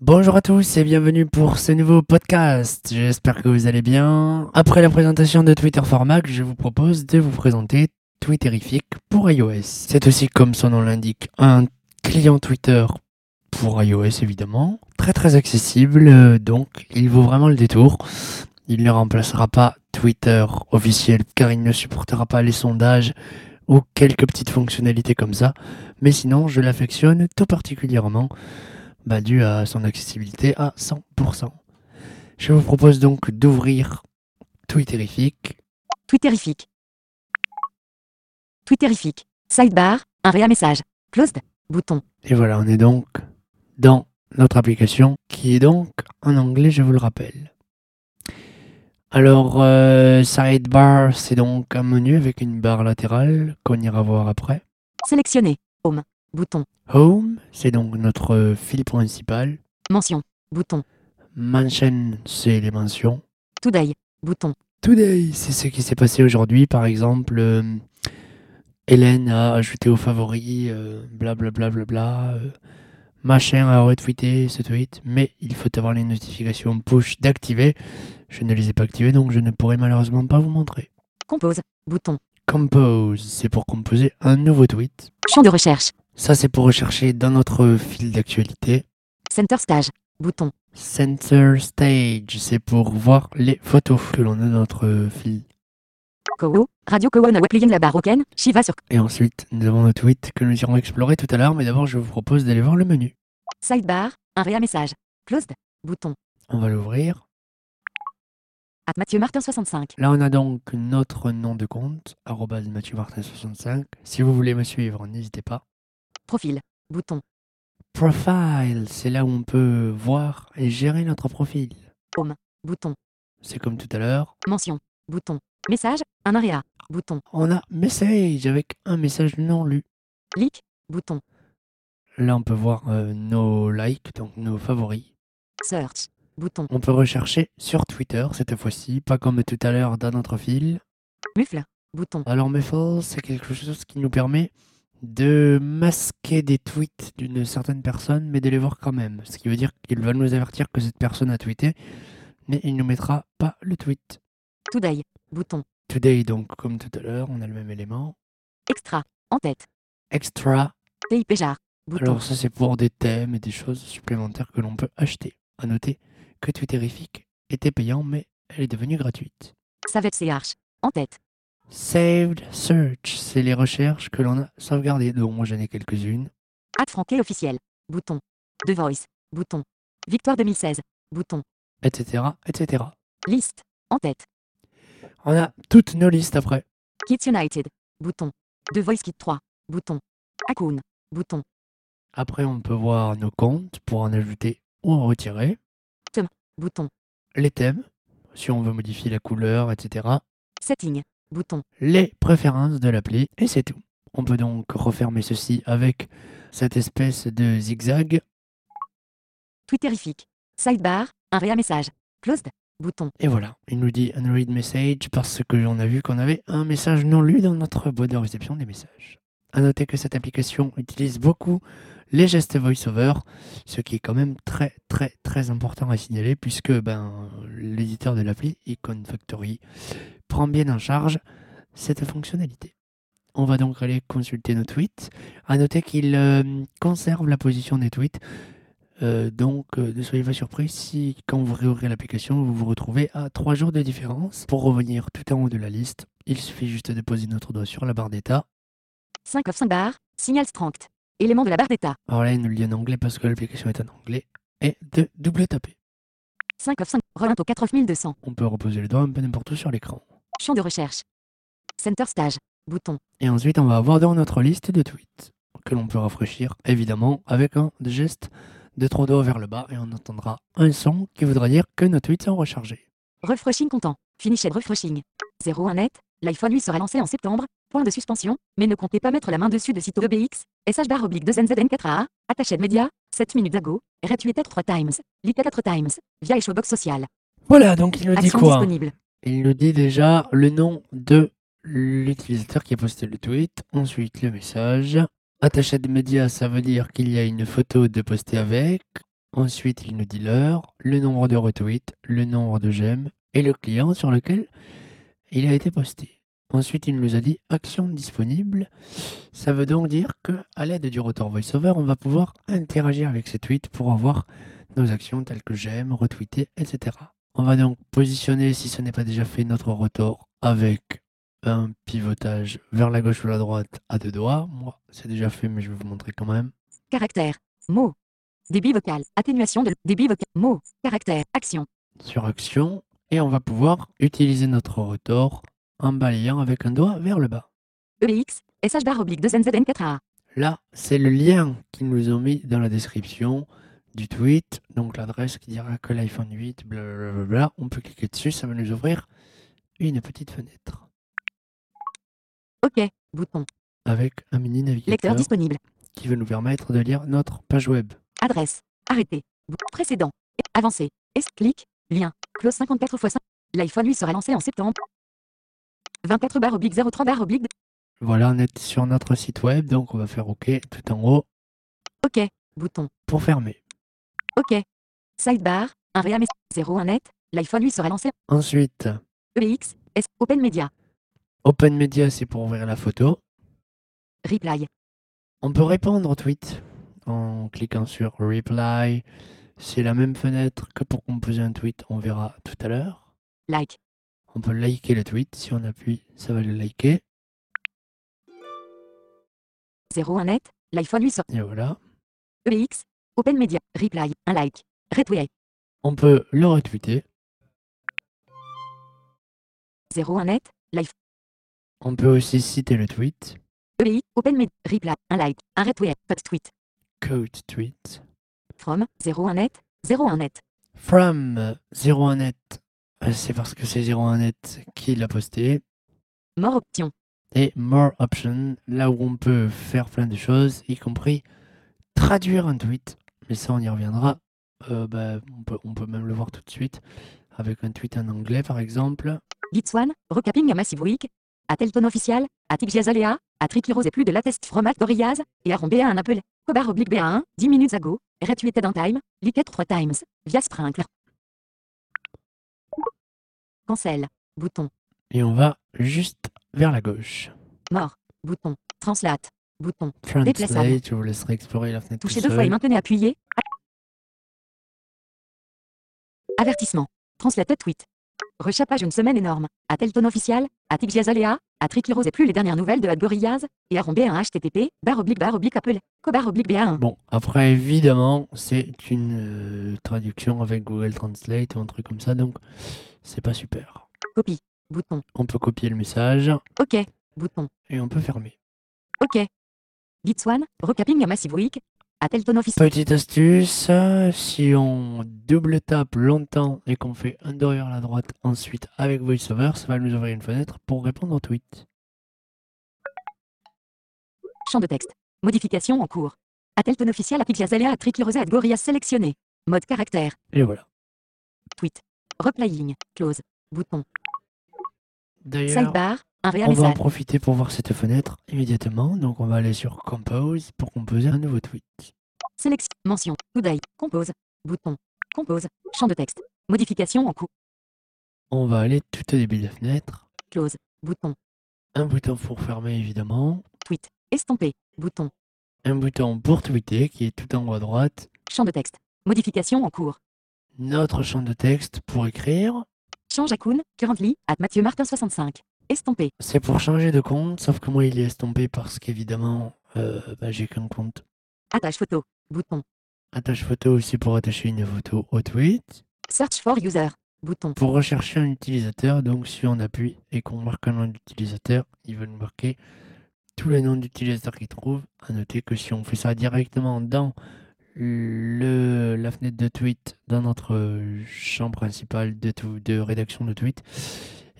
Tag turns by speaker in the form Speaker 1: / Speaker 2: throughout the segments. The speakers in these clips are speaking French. Speaker 1: Bonjour à tous et bienvenue pour ce nouveau podcast. J'espère que vous allez bien. Après la présentation de Twitter for Mac, je vous propose de vous présenter Twitterific pour iOS. C'est aussi, comme son nom l'indique, un client Twitter pour iOS évidemment. Très très accessible, euh, donc il vaut vraiment le détour. Il ne remplacera pas Twitter officiel car il ne supportera pas les sondages ou quelques petites fonctionnalités comme ça. Mais sinon, je l'affectionne tout particulièrement bah, dû à son accessibilité à 100%. Je vous propose donc d'ouvrir Twitterific.
Speaker 2: Twitterifique. Twitterifique. Sidebar. Un réa message. Closed. Bouton.
Speaker 1: Et voilà, on est donc dans notre application qui est donc en anglais, je vous le rappelle. Alors, euh, sidebar, c'est donc un menu avec une barre latérale qu'on ira voir après.
Speaker 2: Sélectionné. Home. Bouton.
Speaker 1: Home, c'est donc notre euh, fil principal.
Speaker 2: Mention. Bouton.
Speaker 1: Mention, c'est les mentions.
Speaker 2: Today. Bouton.
Speaker 1: Today, c'est ce qui s'est passé aujourd'hui. Par exemple, euh, Hélène a ajouté aux favoris, euh, blablabla, bla bla bla, euh, machin a retweeté ce tweet, mais il faut avoir les notifications push d'activer. Je ne les ai pas activées, donc je ne pourrai malheureusement pas vous montrer.
Speaker 2: Compose. Bouton.
Speaker 1: Compose, c'est pour composer un nouveau tweet.
Speaker 2: Champ de recherche.
Speaker 1: Ça, c'est pour rechercher dans notre fil d'actualité.
Speaker 2: Center stage. Bouton.
Speaker 1: Center Stage, c'est pour voir les photos que l'on a dans notre fil.
Speaker 2: Kowo. Radio Kowo na Weplian la baroquenne. Shiva sur.
Speaker 1: Et ensuite, nous avons nos tweets que nous irons explorer tout à l'heure, mais d'abord, je vous propose d'aller voir le menu.
Speaker 2: Sidebar. Un réa message. Closed. Bouton.
Speaker 1: On va l'ouvrir.
Speaker 2: At Mathieu Martin 65.
Speaker 1: Là, on a donc notre nom de compte, arrobase Mathieu Martin 65. Si vous voulez me suivre, n'hésitez pas.
Speaker 2: Profil. Bouton.
Speaker 1: Profile, c'est là où on peut voir et gérer notre profil.
Speaker 2: Bouton.
Speaker 1: C'est comme tout à l'heure.
Speaker 2: Mention. Bouton. Message. Un réa. Bouton.
Speaker 1: On a message avec un message non lu.
Speaker 2: Leak. Bouton.
Speaker 1: Là, on peut voir euh, nos likes, donc nos favoris.
Speaker 2: Search. Bouton.
Speaker 1: On peut rechercher sur Twitter cette fois-ci, pas comme tout à l'heure dans notre fil.
Speaker 2: Mufle. Bouton.
Speaker 1: Alors Muffle, c'est quelque chose qui nous permet de masquer des tweets d'une certaine personne, mais de les voir quand même. Ce qui veut dire qu'il va nous avertir que cette personne a tweeté, mais il ne mettra pas le tweet.
Speaker 2: Today. Bouton.
Speaker 1: Today, donc, comme tout à l'heure, on a le même élément.
Speaker 2: Extra. En tête.
Speaker 1: Extra.
Speaker 2: TIP jar. Bouton.
Speaker 1: Alors ça, c'est pour des thèmes et des choses supplémentaires que l'on peut acheter. À noter que Twitterific était payant, mais elle est devenue gratuite.
Speaker 2: Savage CH. En tête.
Speaker 1: Saved Search, c'est les recherches que l'on a sauvegardées, dont moi j'en ai quelques-unes.
Speaker 2: At franquet officiel. Bouton. The Voice. Bouton. Victoire 2016. Bouton.
Speaker 1: etc., etc.
Speaker 2: Liste. En tête.
Speaker 1: On a toutes nos listes après.
Speaker 2: Kids United. Bouton. The Voice Kid 3. Bouton. Akun. Bouton.
Speaker 1: Après, on peut voir nos comptes pour en ajouter ou en retirer.
Speaker 2: Bouton.
Speaker 1: Les thèmes, si on veut modifier la couleur, etc.
Speaker 2: Setting. Bouton.
Speaker 1: Les préférences de l'appli, et c'est tout. On peut donc refermer ceci avec cette espèce de zigzag.
Speaker 2: Twitterifique. Sidebar. Un réa message. Closed. Bouton.
Speaker 1: Et voilà, il nous dit unread message parce que on a vu qu'on avait un message non lu dans notre boîte de réception des messages. À noter que cette application utilise beaucoup les gestes voiceover, ce qui est quand même très très très important à signaler puisque ben l'éditeur de l'appli Icon Factory prend bien en charge cette fonctionnalité. On va donc aller consulter nos tweets. À noter qu'il euh, conserve la position des tweets euh, donc, euh, ne soyez pas surpris si, quand vous réouvrez l'application, vous vous retrouvez à 3 jours de différence. Pour revenir tout en haut de la liste, il suffit juste de poser notre doigt sur la barre d'état.
Speaker 2: 5 of 5 bar. Signal strength. Élément de la barre d'état.
Speaker 1: Alors là, il nous le dit en anglais parce que l'application est en anglais. Et de double taper.
Speaker 2: 5 of 5. Relent au 4200.
Speaker 1: On peut reposer le doigt un peu n'importe où sur l'écran.
Speaker 2: Champ de recherche. Center stage. Bouton.
Speaker 1: Et ensuite, on va avoir dans notre liste de tweets que l'on peut rafraîchir, évidemment, avec un geste de trois doigts vers le bas et on entendra un son qui voudra dire que nos tweets sont rechargés.
Speaker 2: Refreshing content. Finish et refreshing. 01 net. L'iPhone 8 sera lancé en septembre. Point de suspension. Mais ne comptez pas mettre la main dessus de sitôt EBX. SH bar oblique 2NZN4AA. Attaché de média. 7 minutes ago. Retweeted 3 times. Lit 4 times. Via et showbox social.
Speaker 1: Voilà, donc il nous dit
Speaker 2: Action
Speaker 1: quoi
Speaker 2: disponible.
Speaker 1: Il nous dit déjà le nom de l'utilisateur qui a posté le tweet, ensuite le message. Attaché de médias, ça veut dire qu'il y a une photo de poster avec. Ensuite, il nous dit l'heure, le nombre de retweets, le nombre de j'aime et le client sur lequel il a été posté. Ensuite, il nous a dit action disponible. Ça veut donc dire que à l'aide du retour VoiceOver, on va pouvoir interagir avec ces tweets pour avoir nos actions telles que j'aime, retweeter, etc. On va donc positionner, si ce n'est pas déjà fait, notre retour avec un pivotage vers la gauche ou la droite à deux doigts. Moi, c'est déjà fait, mais je vais vous montrer quand même.
Speaker 2: Caractère. Mot. Débit vocal. Atténuation de débit vocal. Mot. Caractère. Action.
Speaker 1: sur action et on va pouvoir utiliser notre rotor en balayant avec un doigt vers le bas.
Speaker 2: EBX. SH barre oblique 2NZN4A.
Speaker 1: Là, c'est le lien qu'ils nous ont mis dans la description du tweet, donc l'adresse qui dira que l'iPhone 8, blablabla. On peut cliquer dessus, ça va nous ouvrir une petite fenêtre
Speaker 2: OK. Bouton.
Speaker 1: avec un mini
Speaker 2: Lecteur
Speaker 1: navigateur
Speaker 2: disponible.
Speaker 1: qui va nous permettre de lire notre page web.
Speaker 2: Adresse. Arrêté. Bou- Précédent. Avancé. Es clic. Lien. Close 54 x 5. L'iPhone 8 sera lancé en septembre. 24 barre oblique 03 barre oblique.
Speaker 1: Voilà, on est sur notre site web, donc on va faire OK tout en haut
Speaker 2: OK. Bouton.
Speaker 1: pour fermer.
Speaker 2: OK. Sidebar. Un réam 01 net. L'iPhone 8 sera lancé.
Speaker 1: Ensuite,
Speaker 2: EBX. S. Open Media.
Speaker 1: Open Media, c'est pour ouvrir la photo.
Speaker 2: Reply.
Speaker 1: On peut répondre au tweet en cliquant sur Reply. C'est la même fenêtre que pour composer un tweet, on verra tout à l'heure.
Speaker 2: Like.
Speaker 1: On peut liker le tweet. Si on appuie, ça va le liker.
Speaker 2: 01 net. L'iPhone 8 sera.
Speaker 1: Et voilà.
Speaker 2: EBX. Open Media. Reply. Un like. Retweet.
Speaker 1: On peut le retweeter.
Speaker 2: 01 net. L'iPhone.
Speaker 1: On peut aussi citer le tweet.
Speaker 2: EBX. E Open Media. Reply. Un like. Un retweet. Cut tweet.
Speaker 1: Code tweet.
Speaker 2: From. 01 net. 01 net.
Speaker 1: From 01net. euh, C'est parce que c'est 01net qui l'a posté.
Speaker 2: Mort option.
Speaker 1: Et More Option, là où on peut faire plein de choses, y compris traduire un tweet. Mais ça, on y reviendra. Euh, bah, on, peut, on peut même le voir tout de suite. Avec un tweet en anglais, par exemple.
Speaker 2: Gitswan, recapping à Massive Week, à Telton official, à Tig Giazalea, à Trikirose et plus de latest from at Gorillaz, et à Rombea un Apple, Cobar oblique BA1, 10 minutes ago, retweeted in time, leaked 3 times, via Sprinkler. Cancel. Bouton.
Speaker 1: Et on va juste vers la gauche.
Speaker 2: Mort. Bouton. Translate. Bouton. Déplaçable.
Speaker 1: Translate, je vous laisserai explorer la fenêtre.
Speaker 2: Touchez
Speaker 1: tout
Speaker 2: deux fois et
Speaker 1: seul.
Speaker 2: maintenez appuyé. Avertissement. Translated tweet. Rechappage une semaine énorme. À Telton official, à Tig Giazalea, à Trikirose et plus les dernières nouvelles de Ad Gorillaz, et à Rombé un HTTP, barre oblique barre oblique Apple, cobar oblique BA1.
Speaker 1: Bon, après, évidemment, c'est une euh, traduction avec Google Translate ou un truc comme ça, donc c'est pas super.
Speaker 2: Copie. Bouton.
Speaker 1: On peut copier le message
Speaker 2: OK. Bouton.
Speaker 1: et on peut fermer.
Speaker 2: OK. Gitswan, recapping à Massive Week, à Telton official.
Speaker 1: Petite astuce, euh, si on double tape longtemps et qu'on fait un doigt vers la droite ensuite avec VoiceOver, ça va nous ouvrir une fenêtre pour répondre au tweet.
Speaker 2: Champ de texte. Modification en cours. À Telton official, à Tig Giazalea, à Trikirose et Ad Gorillaz sélectionné. Mode caractère.
Speaker 1: Et voilà.
Speaker 2: Tweet. Replying. Close. Bouton.
Speaker 1: D'ailleurs,
Speaker 2: Sidebar, un réel
Speaker 1: on va en
Speaker 2: message.
Speaker 1: profiter pour voir cette fenêtre immédiatement. Donc on va aller sur Compose pour composer un nouveau tweet.
Speaker 2: Sélection, mention, today, compose, bouton, compose, champ de texte, modification en cours,
Speaker 1: On va aller tout au début de la fenêtre.
Speaker 2: close, bouton,
Speaker 1: Un bouton pour fermer évidemment.
Speaker 2: tweet, estampé, bouton,
Speaker 1: Un bouton pour tweeter qui est tout en haut à droite.
Speaker 2: champ de texte, modification en cours,
Speaker 1: Notre champ de texte pour écrire.
Speaker 2: change à Kuhn, currently, at Mathieu Martin 65, estampé,
Speaker 1: C'est pour changer de compte, sauf que moi il est estompé parce qu'évidemment euh, bah, j'ai qu'un compte
Speaker 2: attache photo, bouton,
Speaker 1: attache photo aussi pour attacher une photo au tweet.
Speaker 2: search for user, bouton,
Speaker 1: Pour rechercher un utilisateur, donc si on appuie et qu'on marque un nom d'utilisateur, il va nous marquer tous les noms d'utilisateurs qu'il trouve. À noter que si on fait ça directement dans le, la fenêtre de tweet, dans notre champ principal de, tou- de rédaction de tweet,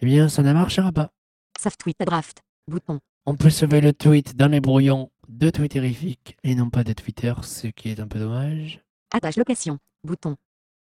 Speaker 1: eh bien ça ne marchera pas.
Speaker 2: save tweet à draft, bouton,
Speaker 1: On peut sauver le tweet dans les brouillons de Twitterific et non pas de Twitter, ce qui est un peu dommage.
Speaker 2: attache location, bouton,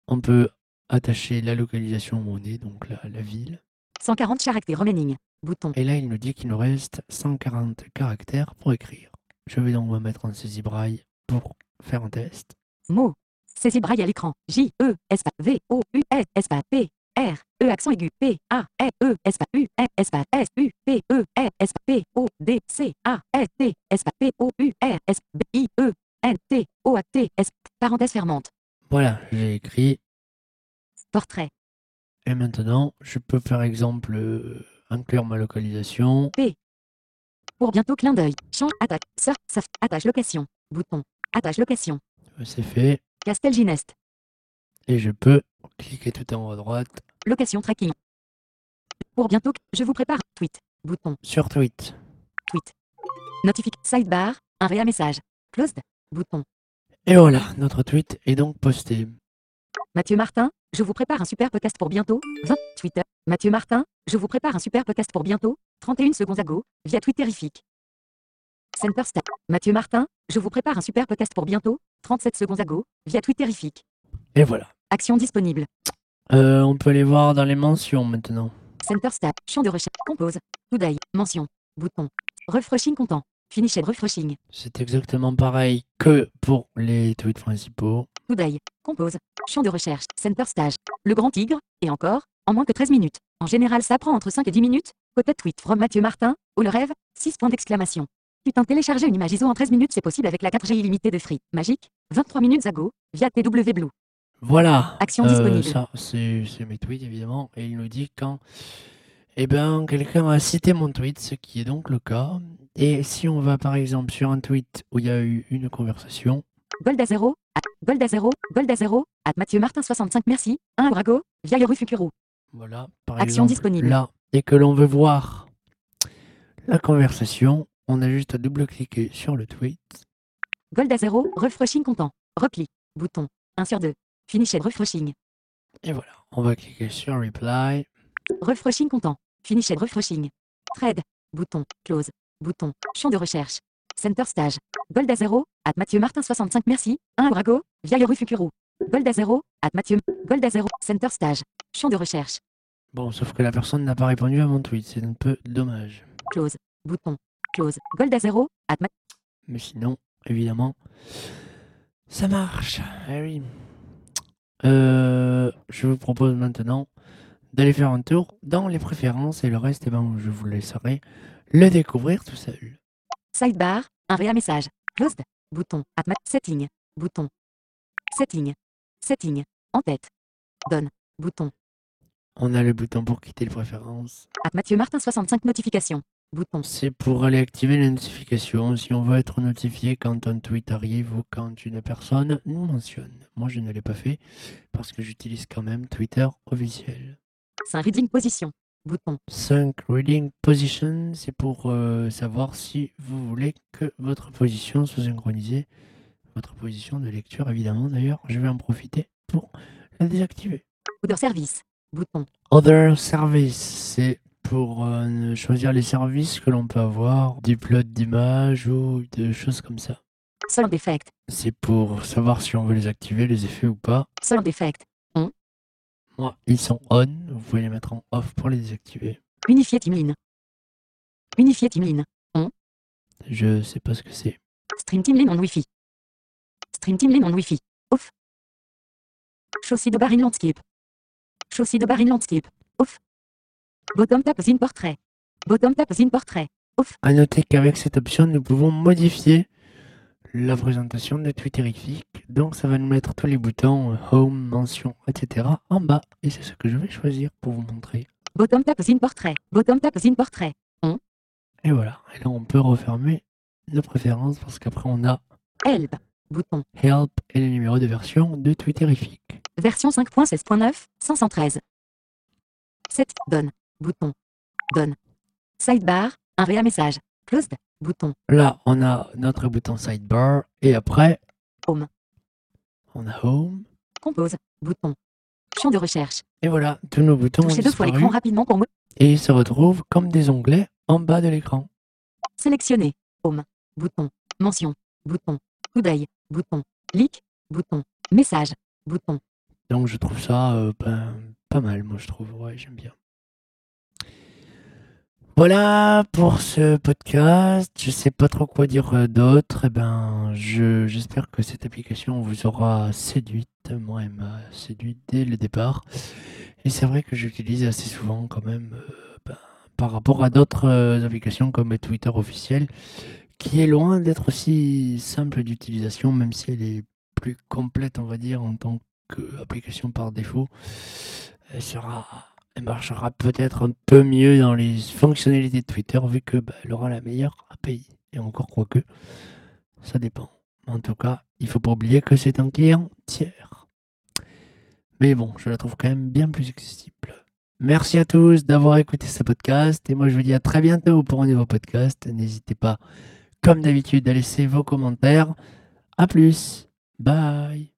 Speaker 1: On peut attacher la localisation où on est, donc la, la ville.
Speaker 2: 140 caractères remaining, bouton,
Speaker 1: Et là, il nous dit qu'il nous reste 140 caractères pour écrire. Je vais donc me mettre en saisie braille pour faire un test.
Speaker 2: mot, Saisie braille à l'écran. J, E, espace, V, O, U, S, espace, P, R, E, accent aigu, P, A, E, E, espace, U, E, espace, S, U, P, E, R, espace, P, O, D, C, A, S, T, espace, P, O, U, R, S, B, I, E, N, T, O, A, T, S, parenthèse fermante.
Speaker 1: Voilà, j'ai écrit.
Speaker 2: Portrait.
Speaker 1: Et maintenant, je peux par exemple euh, inclure ma localisation.
Speaker 2: Pour bientôt clin d'œil. Change, attaque, ça, ça, attache location. Bouton. Attache location.
Speaker 1: Euh, C'est fait.
Speaker 2: Castelginest.
Speaker 1: Et je peux cliquer tout en haut à droite
Speaker 2: Location tracking. Pour bientôt, je vous prépare. Tweet. Bouton.
Speaker 1: sur Tweet.
Speaker 2: Tweet. Notific. Sidebar. Un réa message. Closed. Bouton.
Speaker 1: Et voilà, notre tweet est donc posté.
Speaker 2: Mathieu Martin, je vous prépare un super podcast pour bientôt. 20. Twitter. Mathieu Martin, je vous prépare un super podcast pour bientôt. 31 secondes à go. Via Twitterific. Center Star. Mathieu Martin, je vous prépare un super podcast pour bientôt. 37 secondes à go. Via Twitterific.
Speaker 1: Et voilà.
Speaker 2: Action disponible.
Speaker 1: Euh, on peut aller voir dans les mentions maintenant.
Speaker 2: Center Stab, champ de recherche, compose, today, mention, bouton, refreshing content, finish et refreshing,
Speaker 1: C'est exactement pareil que pour les tweets principaux.
Speaker 2: today, compose, champ de recherche, center stage, le grand tigre, et encore, en moins que 13 minutes. En général, ça prend entre 5 et 10 minutes. Côté tweet from Mathieu Martin, ou le rêve, 6 points d'exclamation. Putain, télécharger une image ISO en 13 minutes, c'est possible avec la 4G illimitée de Free. Magique, 23 minutes à go, via TW Blue.
Speaker 1: Voilà.
Speaker 2: Action
Speaker 1: Euh,
Speaker 2: disponible.
Speaker 1: Ça, c'est c'est mes tweets évidemment. Et il nous dit quand, eh ben, quelqu'un a cité mon tweet, ce qui est donc le cas. Et si on va par exemple sur un tweet où il y a eu une conversation,
Speaker 2: Gold à 0, at Gold à 0, Gold à 0, at Mathieu Martin 65 merci, 1 Orago, via Yoru Fukuru.
Speaker 1: Voilà, par
Speaker 2: Action
Speaker 1: exemple,
Speaker 2: disponible.
Speaker 1: là, et que l'on veut voir la conversation, on a juste à double-cliquer sur le tweet.
Speaker 2: Gold à 0, refreshing content. Repli. Bouton. 1 sur 2. Finish et refreshing.
Speaker 1: Et voilà, on va cliquer sur Reply.
Speaker 2: Refreshing content. Finish et refreshing. Trade. Bouton. Close. Bouton. Champ de recherche. Center stage. Gold à 0, at Mathieu Martin 65 merci. 1 Brago, via Yoru Fukuru. Gold à 0, at Mathieu. Gold à 0, center stage. Champ de recherche.
Speaker 1: Bon, sauf que la personne n'a pas répondu à mon tweet, c'est un peu dommage.
Speaker 2: Close. Bouton. Close. Gold à 0, at Ma-
Speaker 1: Mais sinon, évidemment, ça marche. Eh oui. Euh, je vous propose maintenant d'aller faire un tour dans les préférences et le reste, eh ben, je vous laisserai le découvrir tout seul.
Speaker 2: Sidebar. Un réa message. Closed. Bouton. At Ma- Setting. Bouton. Setting. Setting. En tête. Donne. Bouton.
Speaker 1: On a le bouton pour quitter les préférences.
Speaker 2: At Mathieu Martin 65 notifications. Bouton.
Speaker 1: C'est pour aller activer les notifications si on veut être notifié quand un tweet arrive ou quand une personne nous mentionne. Moi, je ne l'ai pas fait parce que j'utilise quand même Twitter officiel.
Speaker 2: 5 reading position. Bouton.
Speaker 1: 5. Reading Position, c'est pour euh, savoir si vous voulez que votre position soit synchronisée. Votre position de lecture, évidemment, d'ailleurs, je vais en profiter pour la désactiver.
Speaker 2: Odeur service. Bouton.
Speaker 1: Other service, c'est pour euh, ne- choisir les services que l'on peut avoir, d'upload d'images ou de choses comme ça.
Speaker 2: Sound effect.
Speaker 1: C'est pour savoir si on veut les activer, les effets ou pas.
Speaker 2: Sound effect.
Speaker 1: Moi, ils sont on, vous pouvez les mettre en off pour les désactiver.
Speaker 2: Unifié timeline. Unifié timeline.
Speaker 1: Je sais pas ce que c'est.
Speaker 2: Stream timeline en Wi-Fi. Stream timeline en Wi-Fi. Off. Chaussée de Barine Landscape. Chaussée de Barine Landscape. Off. Bottom tap in portrait. Bottom tap in portrait.
Speaker 1: À noter qu'avec cette option, nous pouvons modifier la présentation de Twitterific. Donc, ça va nous mettre tous les boutons euh, home, mention, etc. en bas. Et c'est ce que je vais choisir pour vous montrer.
Speaker 2: Bottom tap in portrait. Bottom tap in portrait.
Speaker 1: Et voilà. Et là, on peut refermer nos préférences parce qu'après, on a
Speaker 2: Help. Bouton.
Speaker 1: help et les numéros de version de Twitterific.
Speaker 2: Version 5.16.9, 513. 7. Donne. Bouton. Donne. Sidebar. Un réa message. Closed. Bouton.
Speaker 1: Là, on a notre bouton sidebar et après,
Speaker 2: Home.
Speaker 1: On a home.
Speaker 2: Compose. Bouton. Champ de recherche.
Speaker 1: Et voilà, tous nos boutons ont
Speaker 2: Touchez deux fois
Speaker 1: disparu
Speaker 2: l'écran rapidement pour me
Speaker 1: et ils se retrouvent comme des onglets en bas de l'écran.
Speaker 2: sélectionner. Home. Bouton. Mention. Bouton. Coup d'œil. Bouton. Leak. Bouton. Message. Bouton.
Speaker 1: Donc je trouve ça euh, ben, pas mal, moi je trouve, ouais, j'aime bien. Voilà pour ce podcast. Je sais pas trop quoi dire euh, d'autre. Eh ben, je, j'espère que cette application vous aura séduite. Moi, elle m'a séduite dès le départ. Et c'est vrai que j'utilise assez souvent quand même euh, ben, par rapport à d'autres euh, applications comme Twitter officiel, qui est loin d'être aussi simple d'utilisation, même si elle est plus complète, on va dire, en tant qu'application par défaut. Elle sera elle marchera peut-être un peu mieux dans les fonctionnalités de Twitter vu que bah, elle aura la meilleure API. Et encore quoique, ça dépend. En tout cas, il faut pas oublier que c'est un client tiers. Mais bon, je la trouve quand même bien plus accessible. Merci à tous d'avoir écouté ce podcast et moi je vous dis à très bientôt pour un nouveau podcast. N'hésitez pas, comme d'habitude, à laisser vos commentaires. À plus. Bye.